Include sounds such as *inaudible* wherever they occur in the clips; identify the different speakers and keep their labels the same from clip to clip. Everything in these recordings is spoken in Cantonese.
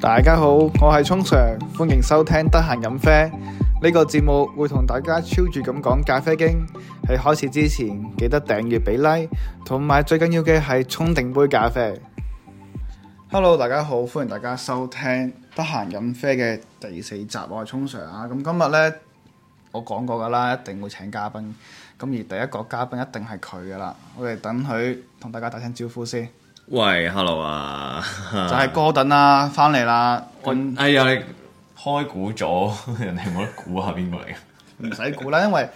Speaker 1: 大家好，我係聰 Sir，歡迎收聽得閒飲啡呢個節目，會同大家超住咁講咖啡經。喺開始之前，記得訂閱俾 like，同埋最緊要嘅係沖定杯咖啡。Hello，大家好，歡迎大家收聽得閒飲啡嘅第四集，我係聰 Sir 啊。咁今日呢，我講過噶啦，一定會請嘉賓。咁而第一個嘉賓一定係佢噶啦，我哋等佢同大家打聲招呼先。
Speaker 2: 喂，hello *laughs* 啊，
Speaker 1: 就係哥頓啦，翻嚟啦，咁
Speaker 2: 喂哎呀，你開估咗，人哋冇得估下邊個嚟嘅。
Speaker 1: 唔使估啦，因為誒、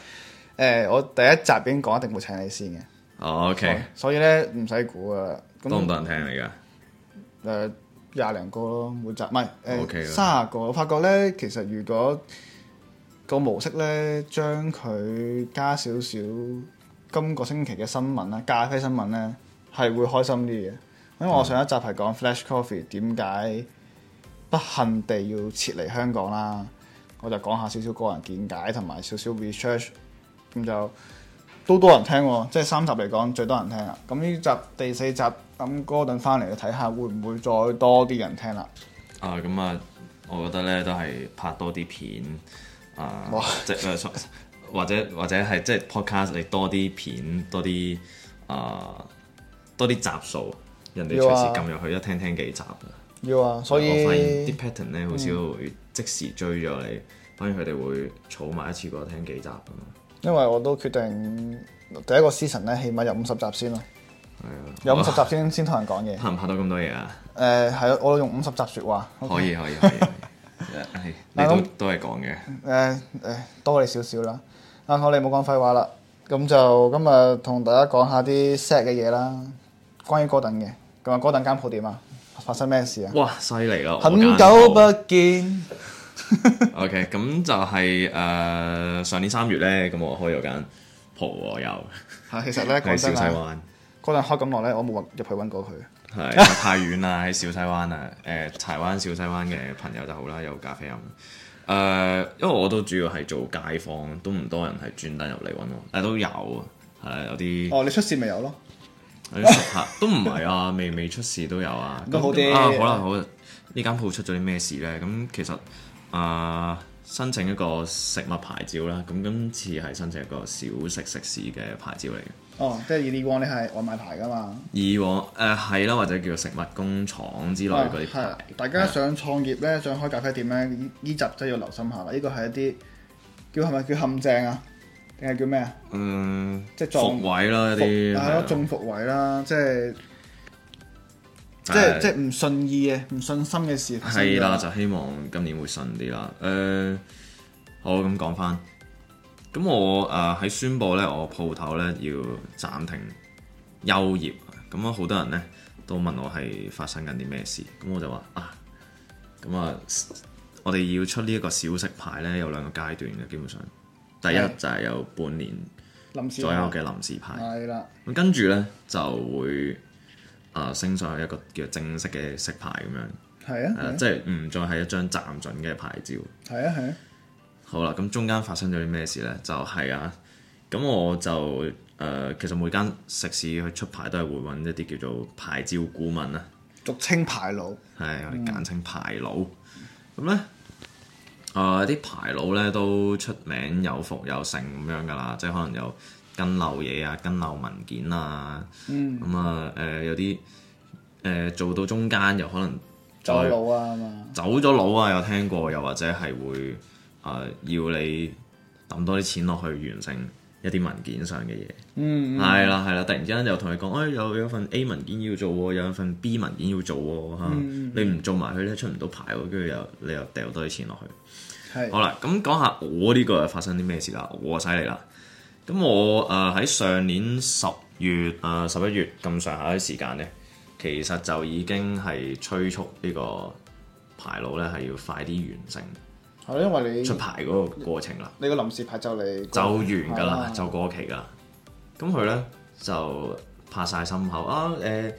Speaker 1: 呃我第一集已經講一定會請你先嘅，
Speaker 2: *laughs* 哦，OK，
Speaker 1: 所以咧唔使估噶啦。
Speaker 2: 多唔
Speaker 1: 咁
Speaker 2: 多人聽嚟㗎？
Speaker 1: 誒廿零個咯，每集唔係
Speaker 2: OK
Speaker 1: 誒
Speaker 2: 啦
Speaker 1: 三十個。我發覺咧，其實如果個模式咧，將佢加少少今個星期嘅新聞啦，咖啡新聞咧係會開心啲嘅，因為我上一集係講 Flash Coffee 點解不幸地要撤離香港啦，我就講下少少個人見解同埋少少 research，咁就都多人聽喎，即係三集嚟講最多人聽啦。咁呢集第四集咁哥頓翻嚟睇下會唔會再多啲人聽啦？
Speaker 2: 啊，咁啊，我覺得咧都係拍多啲片啊
Speaker 1: 哇，
Speaker 2: 即係呃所或者或者係即係 podcast，你多啲片，多啲啊，多啲集數，人哋隨
Speaker 1: 要啊
Speaker 2: 時撳入去一聽聽幾集啊。
Speaker 1: 要啊，所以
Speaker 2: 我發現啲 pattern 咧好少會即時追咗你，反而佢哋會儲埋一次過聽幾集咁啊。
Speaker 1: 因為我都決定第一個 season 咧，起碼有五十集先咯，
Speaker 2: 係啊，
Speaker 1: 有五十集先先同人講嘢。
Speaker 2: 拍唔拍到咁多嘢啊？
Speaker 1: 誒係啊，我用五十集説話。
Speaker 2: 可以可以可以， *laughs* 係你
Speaker 1: 嗱
Speaker 2: 都
Speaker 1: 咁
Speaker 2: 都係講嘅。
Speaker 1: 誒誒多你少少啦。啱好你冇講廢話啦，咁就今日同大家講下啲 sad 嘅嘢啦，關於哥頓嘅。咁啊，哥頓間鋪點啊？發生咩事啊？
Speaker 2: 哇，犀利咯！
Speaker 1: 很
Speaker 2: 我
Speaker 1: 久
Speaker 2: 間
Speaker 1: 不見，
Speaker 2: 鋪 OK，咁就係、呃上年三月咧，咁我開咗間鋪喎，
Speaker 1: *laughs*
Speaker 2: 又
Speaker 1: 係其實咧
Speaker 2: 喺
Speaker 1: 講
Speaker 2: 小
Speaker 1: 真
Speaker 2: 西
Speaker 1: 啊，
Speaker 2: 灣，
Speaker 1: 哥頓開咁耐咧，我冇入入去揾過佢。*laughs*
Speaker 2: 係太遠啦，喺小西灣啊，誒、柴灣小西灣嘅朋友就好啦，有咖啡飲。誒、因為我都主要係做街坊，都唔多人係專登入嚟揾我，但都有啊，係啦有啲。
Speaker 1: 哦，你出事咪有咯？
Speaker 2: 有啲熟客 *laughs* 都唔係啊，未未出事都有啊。
Speaker 1: 都好啲
Speaker 2: 咁啊，好啦好啦，呢間鋪出咗啲咩事咧？咁其實啊、申請一個食物牌照啦。咁今次係申請一個小食食肆嘅牌照嚟嘅。
Speaker 1: 哦，即係以往你係外賣牌噶嘛？
Speaker 2: 以往誒係啦，或者叫做食物工廠之類
Speaker 1: 啊
Speaker 2: 嗰啲
Speaker 1: 係
Speaker 2: 牌
Speaker 1: 啊。大家想創業咧，想開咖啡店咧，呢呢集真係要留心下啦。呢個係一啲叫係咪叫陷阱啊？定係叫咩啊？
Speaker 2: 嗯，
Speaker 1: 即係撞
Speaker 2: 伏位啊啦一
Speaker 1: 服係
Speaker 2: 啲
Speaker 1: 咯，中伏位啦，即係即
Speaker 2: 係
Speaker 1: 係即係唔信意嘅、唔信心嘅事發生
Speaker 2: 係
Speaker 1: 咗
Speaker 2: 啦，就希望今年會順啲啦。誒、好咁講翻，咁我誒喺、宣佈咧，我鋪頭咧要暫停休業，咁啊好多人咧都問我係發生緊啲咩事，咁我就話啊，咁啊，我哋要出呢一個小食牌咧，有兩個階段嘅，基本上第一
Speaker 1: 係
Speaker 2: 就係有半年
Speaker 1: 臨時
Speaker 2: 左右嘅臨時牌。
Speaker 1: 係啦，
Speaker 2: 咁跟住咧就會啊、升上去一個叫正式嘅食牌咁樣。
Speaker 1: 係啊，
Speaker 2: 誒，即係唔再係一張暫準嘅牌照。
Speaker 1: 係啊，係啊，
Speaker 2: 好啦，咁中間發生咗啲咩事呢？就係、啊，咁我就誒、呃其實每間食肆去出牌都係會揾一啲叫做牌照顧問啦，
Speaker 1: 俗稱牌佬
Speaker 2: 係我哋簡稱牌佬。咁呢，誒啲牌佬呢都出名有服有成咁樣噶啦，即係可能有跟漏嘢啊、跟漏文件啊，咁啊誒有啲誒、呃做到中間又可能再
Speaker 1: 走佬啊嘛，
Speaker 2: 走咗佬啊，有聽過，又或者係會啊、呃要你抌多啲錢落去完成一啲文件上嘅嘢。
Speaker 1: 嗯，
Speaker 2: 係啦係啦，突然之間又同你講，誒、哎、有有份 A 文件要做喎，有份 B 文件要做喎，嚇、
Speaker 1: 嗯
Speaker 2: 你唔做埋佢咧出唔到牌喎，跟住又你又掉多啲錢落去。
Speaker 1: 係
Speaker 2: 好啦，咁講下我呢個發生啲咩事啦，我犀利啦。咁我誒呃喺、上年十月誒十一月咁上下嘅時間咧，其實就已經係催促呢個牌佬咧係要快啲完成
Speaker 1: 係因為
Speaker 2: 出
Speaker 1: 你
Speaker 2: 牌嗰個過程啦，
Speaker 1: 你個臨時牌就嚟
Speaker 2: 就完㗎啦
Speaker 1: 啊，
Speaker 2: 就過期㗎啦。咁佢咧就拍晒心口啊誒。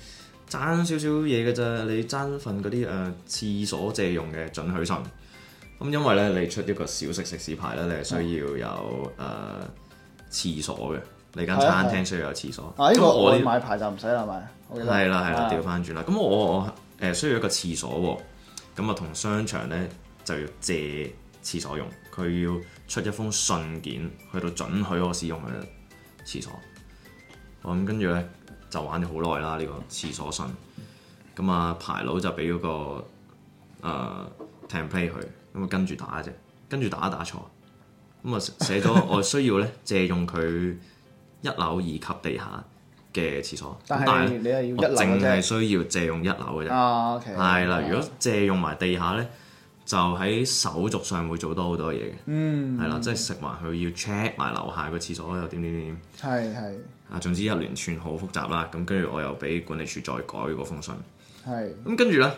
Speaker 2: 爭少少嘢嘅啫，你爭份嗰啲誒廁所借用嘅准許信。咁因為咧，你出一個小食食肆牌咧，你係需要
Speaker 1: 哦
Speaker 2: 有誒、呃、廁所嘅，你間
Speaker 1: 係啊
Speaker 2: 餐
Speaker 1: 係啊
Speaker 2: 廳需要有廁所。
Speaker 1: 啊呢
Speaker 2: 咁
Speaker 1: 個
Speaker 2: 我
Speaker 1: 外
Speaker 2: 呢
Speaker 1: 賣牌就唔使啦，係咪？我記得
Speaker 2: 係啦係啦，
Speaker 1: 啊
Speaker 2: 調翻轉啦。咁我我誒、需要一個廁所喎。咁啊同商場咧就要借廁所用，佢要出一封信件去到准許我使用佢嘅廁所。我咁跟住咧就玩咗好耐啦，呢、個廁所信。咁啊排佬就俾嗰、個誒、呃 template 佢，咁啊跟住打啫，跟住打打錯，咁啊寫咗我需要咧借用佢一樓以及地下嘅廁所，
Speaker 1: 但
Speaker 2: 係
Speaker 1: 係
Speaker 2: 呢
Speaker 1: 你係要一
Speaker 2: 我
Speaker 1: 流
Speaker 2: 淨
Speaker 1: 嘅
Speaker 2: 係
Speaker 1: 啫。
Speaker 2: 需要借用一樓嘅啫。
Speaker 1: 啊，OK。
Speaker 2: 係啦，如果借用埋地下咧，就喺手續上會做多好多嘢嘅。嗯，係啦，即係食埋佢要 check 埋樓下個廁所又點點點點
Speaker 1: 係係
Speaker 2: 啊，總之一連串好複雜啦。咁跟住我又俾管理處再改嗰封信。
Speaker 1: 係
Speaker 2: 咁跟住咧，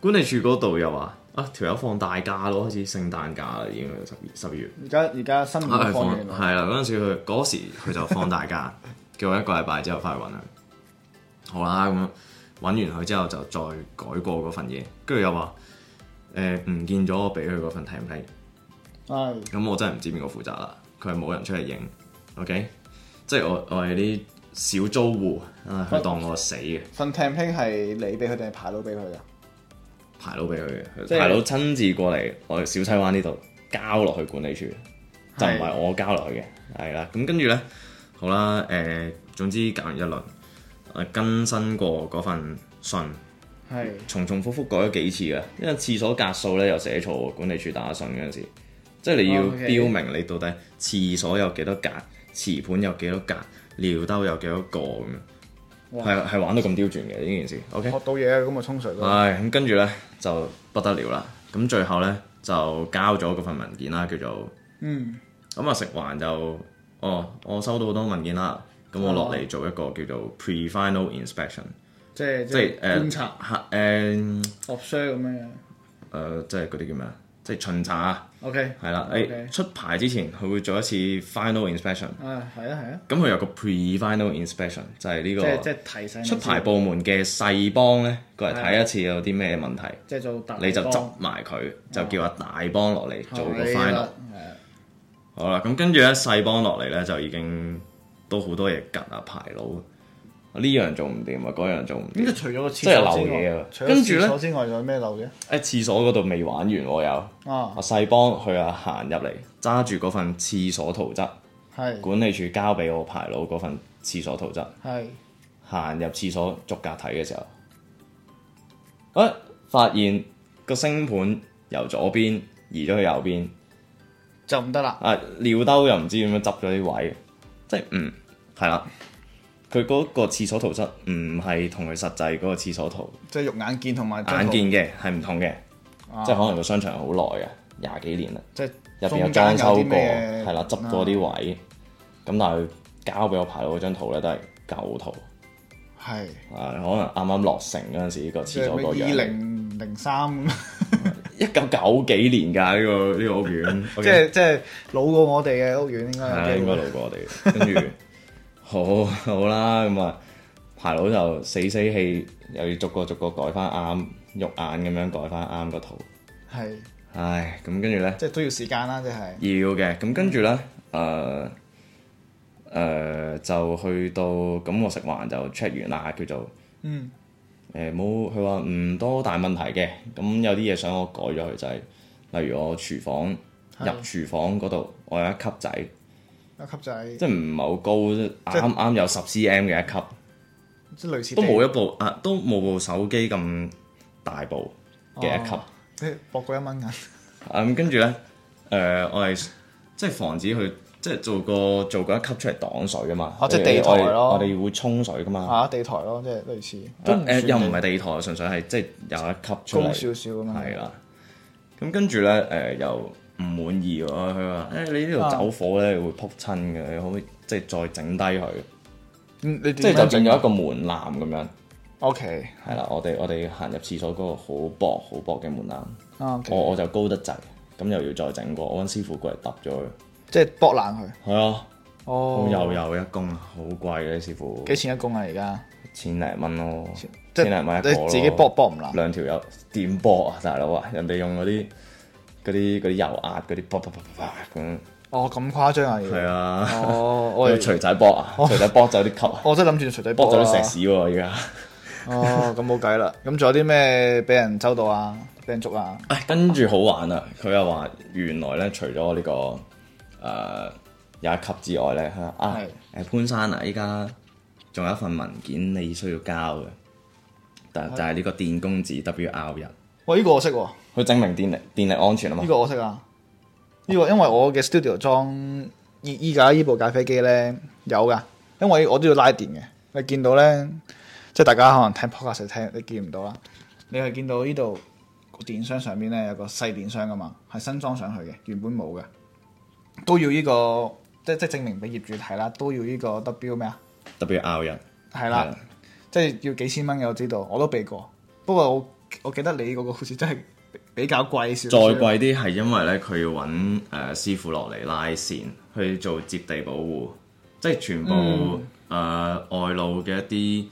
Speaker 2: 管理處嗰度又話啊條友放大假咯，開始聖誕假啦，已經十二十二月。
Speaker 1: 而家而家新年
Speaker 2: 啊，
Speaker 1: 方
Speaker 2: 係放
Speaker 1: 面
Speaker 2: 係啦，嗰陣時佢嗰時佢就放大假， *laughs* 叫我一個禮拜之後翻去揾佢。好啦，咁樣揾完佢之後就再改過嗰份嘢，跟住又話誒唔見咗我俾佢嗰份 template，
Speaker 1: 係
Speaker 2: 咁我真係唔知邊個負責啦。佢係冇人出嚟影，OK，即係我我係啲小租戶啊，佢當我 *laughs* 死嘅，
Speaker 1: 份 campaign 係你俾佢定係排佬俾佢啊㗎？
Speaker 2: 排佬俾佢
Speaker 1: 即
Speaker 2: 嘅，
Speaker 1: 係
Speaker 2: 排佬親自過嚟我哋小西灣呢度交落去管理處。就唔係我交落去嘅，係啦。咁跟住咧，好啦，誒、總之搞完一輪，誒、更新過嗰份信，
Speaker 1: 係
Speaker 2: 重重複複改咗幾次嘅，因為廁所格數咧又寫錯喎，管理處打信嗰陣時，即係你要
Speaker 1: 哦，OK
Speaker 2: 標明你到底廁所有幾多格，瓷盤有幾多格，尿兜有幾多個咁樣，
Speaker 1: 哇
Speaker 2: 係係玩到咁刁鑽嘅呢件事，OK。
Speaker 1: 學到嘢啊，咁咪沖水咯。
Speaker 2: 唉，咁跟住咧就不得了啦。咁最後咧就交咗嗰份文件啦，叫做
Speaker 1: 嗯
Speaker 2: 咁啊食環就哦，我收到好多文件啦，咁我落嚟做一個叫做 pre-final inspection，
Speaker 1: 即係
Speaker 2: 即係誒呃
Speaker 1: 觀察
Speaker 2: 嚇誒
Speaker 1: observe 咁樣樣。
Speaker 2: 誒，即係嗰啲叫咩啊？即係巡查啊，
Speaker 1: OK，
Speaker 2: 係啦，
Speaker 1: OK
Speaker 2: 誒出牌之前佢會做一次 final inspection，
Speaker 1: 啊係啊係啊，
Speaker 2: 咁佢有個 pre-final inspection 就係呢
Speaker 1: 即係即
Speaker 2: 個
Speaker 1: 係提醒你
Speaker 2: 出牌
Speaker 1: 先，
Speaker 2: 部門嘅細幫咧過嚟
Speaker 1: 係
Speaker 2: 睇一次有啲咩問題，
Speaker 1: 即係做特
Speaker 2: 你就
Speaker 1: 幫哦
Speaker 2: 執埋佢，就叫阿大幫落嚟做個
Speaker 1: 係啦
Speaker 2: final。
Speaker 1: 係啊
Speaker 2: 好啦，咁跟住咧細幫落嚟咧就已經都好多嘢吉啊排佬，呢樣做唔掂啊，嗰樣做唔
Speaker 1: 咁
Speaker 2: 掂。
Speaker 1: 就除咗個廁
Speaker 2: 即係
Speaker 1: 所之
Speaker 2: 漏嘢
Speaker 1: 外
Speaker 2: 啊，
Speaker 1: 除咗
Speaker 2: 跟住
Speaker 1: 廁
Speaker 2: 呢
Speaker 1: 所之外仲有咩漏嘅？
Speaker 2: 誒廁所嗰度未玩完喎又，
Speaker 1: 啊
Speaker 2: 阿，細幫佢啊行入嚟，揸住嗰份廁所圖則，
Speaker 1: 係
Speaker 2: 管理處交俾我排佬嗰份廁所圖則，
Speaker 1: 係
Speaker 2: 行入廁所逐格睇嘅時候，啊發現個星盤由左邊移咗去右邊。
Speaker 1: 就唔得啦。
Speaker 2: 啊尿兜又唔知點樣執咗啲位，即係嗯係啦。佢嗰個廁所圖則唔係同佢實際嗰個廁所圖
Speaker 1: 即係肉眼見同埋張
Speaker 2: 眼
Speaker 1: 圖
Speaker 2: 見，嘅係唔同嘅，
Speaker 1: 啊
Speaker 2: 即係可能個商場好耐嘅，廿幾年啦，
Speaker 1: 即係
Speaker 2: 入邊
Speaker 1: 中
Speaker 2: 有
Speaker 1: 間
Speaker 2: 裝修
Speaker 1: 有
Speaker 2: 過，
Speaker 1: 啲咩啊
Speaker 2: 係啦，執過啲位，咁但係佢交俾我排到嗰張圖咧都係舊圖，
Speaker 1: 係
Speaker 2: 啊可能啱啱落成嗰陣時呢個
Speaker 1: 即
Speaker 2: 廁
Speaker 1: 係
Speaker 2: 所個
Speaker 1: 咩二
Speaker 2: 樣，
Speaker 1: 零零三 *laughs* 咁，
Speaker 2: 一九九幾年㗎呢個呢個屋
Speaker 1: *laughs*
Speaker 2: 苑，
Speaker 1: 即係即係老過我哋嘅屋苑應該
Speaker 2: 係啊
Speaker 1: 有
Speaker 2: 應
Speaker 1: 機
Speaker 2: 該
Speaker 1: 會。
Speaker 2: 路過我哋嘅，跟住 *laughs* 好好啦，咁啊排佬就死死氣，又要逐個逐個改翻啱，肉眼咁樣改翻啱個圖。
Speaker 1: 係
Speaker 2: 唉，咁跟住咧
Speaker 1: 即係都要時間啦，即係
Speaker 2: 要嘅，咁跟住咧誒誒就去到咁我食環就 check 完啦，叫做
Speaker 1: 嗯
Speaker 2: 誒冇，佢話唔多大問題嘅，咁有啲嘢想我改咗佢就係、例如我廚房入
Speaker 1: 係
Speaker 2: 廚房嗰度，我有一級仔。
Speaker 1: 一級仔
Speaker 2: 即係唔係好高，啱啱有十 cm 嘅一級，
Speaker 1: 即係類似
Speaker 2: 都
Speaker 1: 地
Speaker 2: 冇一部啊，都冇部手機咁大部嘅一級。
Speaker 1: 哦即係博過一蚊銀。
Speaker 2: 啊咁跟住咧，誒、我係即係防止佢即係做個做個一級出嚟擋水噶嘛。
Speaker 1: 哦即係
Speaker 2: 我哋
Speaker 1: 地台咯
Speaker 2: 我哋我哋會沖水噶嘛。
Speaker 1: 下地台咯，即係類似，都
Speaker 2: 誒、
Speaker 1: 算
Speaker 2: 又唔係地台，純粹係即係有一級出
Speaker 1: 高
Speaker 2: 嚟，
Speaker 1: 少少咁樣。
Speaker 2: 係啦。咁跟住咧，誒、又唔滿意喎，佢話誒你呢度
Speaker 1: 啊
Speaker 2: 走火咧會撲親嘅，你可唔可以即係再整低佢？
Speaker 1: 嗯你
Speaker 2: 即係就整咗一個門檻咁樣。
Speaker 1: O K
Speaker 2: 係啦，我哋我哋行入廁所嗰個好薄好薄嘅門檻，
Speaker 1: 啊，
Speaker 2: 我我就高得滯，咁又要再整過，我揾師傅過嚟揼咗佢。
Speaker 1: 即係搏爛佢。
Speaker 2: 係啊，
Speaker 1: 哦，
Speaker 2: 又又一公，好貴嘅師傅，
Speaker 1: 幾錢一公啊？而家
Speaker 2: 千零蚊咯，
Speaker 1: 即
Speaker 2: 千零蚊一個
Speaker 1: 係
Speaker 2: 咯
Speaker 1: 你自己搏搏唔爛。
Speaker 2: 兩條友點波啊，大佬啊，人哋用嗰啲嗰啲嗰啲油壓嗰啲卜卜卜卜卜咁，
Speaker 1: 哦，咁誇張啊！哦
Speaker 2: 係
Speaker 1: 要
Speaker 2: 啊，
Speaker 1: 哦，我
Speaker 2: 我要
Speaker 1: 哋
Speaker 2: 錘仔波啊，錘仔波走啲級啊，
Speaker 1: 我真係諗住錘底
Speaker 2: 波
Speaker 1: 搏
Speaker 2: 走
Speaker 1: 咗
Speaker 2: 啲石屎喎而家，
Speaker 1: 哦，咁冇計啦。咁仲有啲咩俾人抽到啊？俾人捉啊？
Speaker 3: 唉，跟住好玩啊！佢又話原來咧，除咗呢、個誒、有一級之外咧，佢話啊誒潘生啊，依家仲有一份文件你需要交嘅，但就係呢個電工指 WR 人，
Speaker 1: 喂，呢、個我識喎、
Speaker 3: 佢證明電力電力安全啊嘛
Speaker 1: 呢。個我識啊！呢、個因為我嘅 studio 裝依依家依部咖啡機咧有噶，因為我都要拉電嘅。你見到咧，即係大家可能聽 podcast 聽，你見唔到啦。你係見到呢度個電箱上面咧有個細電箱噶嘛，係新裝上去嘅，原本冇嘅，都要呢、個即即證明俾業主睇啦，都要呢個 W 咩啊？
Speaker 3: WR 人
Speaker 1: 係
Speaker 3: 係啊
Speaker 1: 啦
Speaker 3: 啦，
Speaker 1: 即係要幾千蚊嘅，我知道，我都俾過。不過我我記得你嗰個好似真係比較貴少
Speaker 2: 再
Speaker 1: 少，
Speaker 2: 貴啲係因為咧，佢要揾誒、呃、師傅落嚟拉線去做接地保護，即係全部誒、
Speaker 1: 嗯
Speaker 2: 呃外露嘅一啲誒、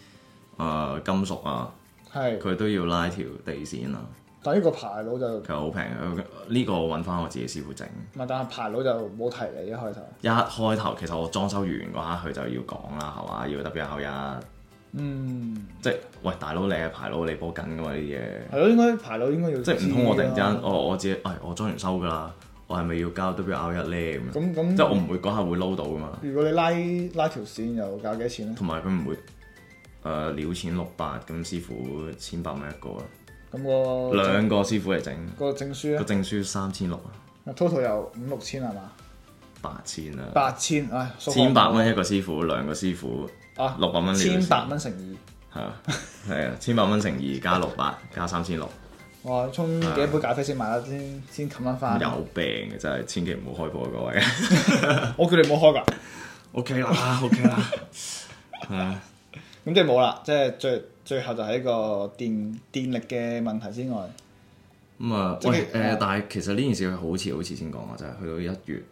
Speaker 2: 呃金屬啊，
Speaker 1: 係。
Speaker 2: 佢都要拉條地線啊，
Speaker 1: 但呢個牌佬就
Speaker 2: 其實好平嘅。呢、個我揾翻我自己師傅整。
Speaker 1: 唔係，但係牌佬就冇提你啊一開頭。
Speaker 2: 一開頭其實我裝修完嗰下，佢就要講啦，係嘛？要 W R 一，
Speaker 1: 嗯，
Speaker 2: 即係喂大佬，你係牌佬，你波緊㗎嘛呢啲嘢。
Speaker 1: 係咯，應該牌佬應該要
Speaker 2: 即係唔通我突然之間，
Speaker 1: 知啊
Speaker 2: 哦我自己，哎我裝完修㗎啦，我係咪要交 W R 一咧咁樣？
Speaker 1: 咁咁，
Speaker 2: 即係我唔會嗰下會撈到㗎嘛，
Speaker 1: 如果你拉拉條線又搞幾多錢咧？
Speaker 2: 同埋佢唔會誒、呃、料錢六百，咁師傅千八蚊一個啦，
Speaker 1: 咁、個
Speaker 2: 兩個師傅嚟整
Speaker 1: 個證書咧
Speaker 2: 個證書三千六啊，
Speaker 1: ，total 有五六千係嘛？
Speaker 2: 八千啊，
Speaker 1: 八千，唉，數學
Speaker 2: 千八蚊一個師傅，兩個師傅
Speaker 1: 啊，
Speaker 2: 六百蚊料錢
Speaker 1: 千八蚊乘以，
Speaker 2: 係啊係啊，千八蚊乘二加六百加三千六，
Speaker 1: 哇，沖幾杯咖啡先買啦，先先冚得翻。
Speaker 2: 有病嘅真係，千祈唔好開波
Speaker 1: *laughs*
Speaker 2: 各位。
Speaker 1: 我叫你冇開㗎，
Speaker 2: OK 啦，OK 啦，
Speaker 1: 咁即係冇啦，即係最最後就係一個電電力嘅問題之外，
Speaker 2: 咁啊
Speaker 1: *laughs* 即係
Speaker 2: 喂
Speaker 1: 啊
Speaker 2: 誒，但係其實呢件事佢好似好似先講啊，真係去到一月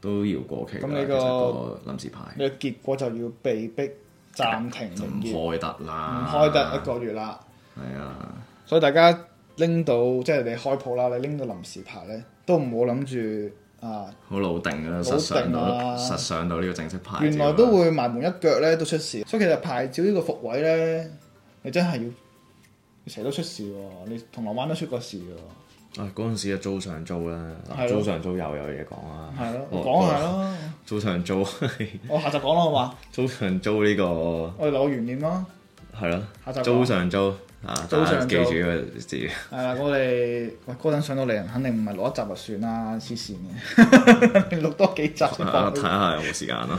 Speaker 2: 都要過期
Speaker 1: 咁
Speaker 2: 啦，
Speaker 1: 你
Speaker 2: 其
Speaker 1: 個
Speaker 2: 實個臨時牌。
Speaker 1: 你嘅結果就要被逼暫停
Speaker 2: 就唔
Speaker 1: 營業，唔
Speaker 2: 開得啦，
Speaker 1: 開得一個月啦。
Speaker 2: 係啊，
Speaker 1: 所以大家拎到即係你開鋪啦，你拎到臨時牌咧，都唔好諗住啊，
Speaker 2: 好老定啦，
Speaker 1: 老
Speaker 2: 實上到
Speaker 1: 定啦
Speaker 2: 實上到呢個正式牌照啦，啊
Speaker 1: 原來都會埋門一腳咧都出事。所以其實牌照呢個伏位咧，你真係要你成日都出事喎，你銅鑼灣都出過事喎，
Speaker 2: 啊嗰陣時就租上租啦，
Speaker 1: 係咯
Speaker 2: 租上租又有嘢講啦，
Speaker 1: 係咯，
Speaker 2: 我
Speaker 1: 講下，咯。
Speaker 2: 我租上 *laughs* 租
Speaker 1: 我下集講啦，好嘛？
Speaker 2: 租上租呢個
Speaker 1: 我哋留個懸念咯。
Speaker 2: 係
Speaker 1: 下集講
Speaker 2: 咯，租上租啊，
Speaker 1: 租
Speaker 2: 大
Speaker 1: 上
Speaker 2: 家
Speaker 1: 租
Speaker 2: 記住呢個字，
Speaker 1: 係啦，我哋喂嗰陣上到嚟，肯定唔係錄一集就算啦，黐線嘅， *laughs* 你錄多幾集先
Speaker 2: 嗯啊
Speaker 1: 放
Speaker 2: *laughs* 睇下有冇時間
Speaker 1: *laughs*
Speaker 2: 咯，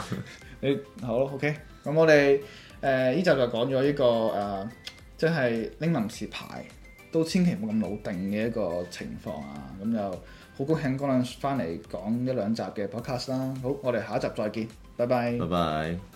Speaker 1: 你好咯，OK。咁我哋誒呢集就講咗呢個誒、呃即係拎臨時牌都千祈唔好咁老定嘅一個情況啊。咁就好高興嗰陣翻嚟講一兩集嘅 podcast 啦。好，我哋下一集再見，拜拜
Speaker 2: 拜。拜。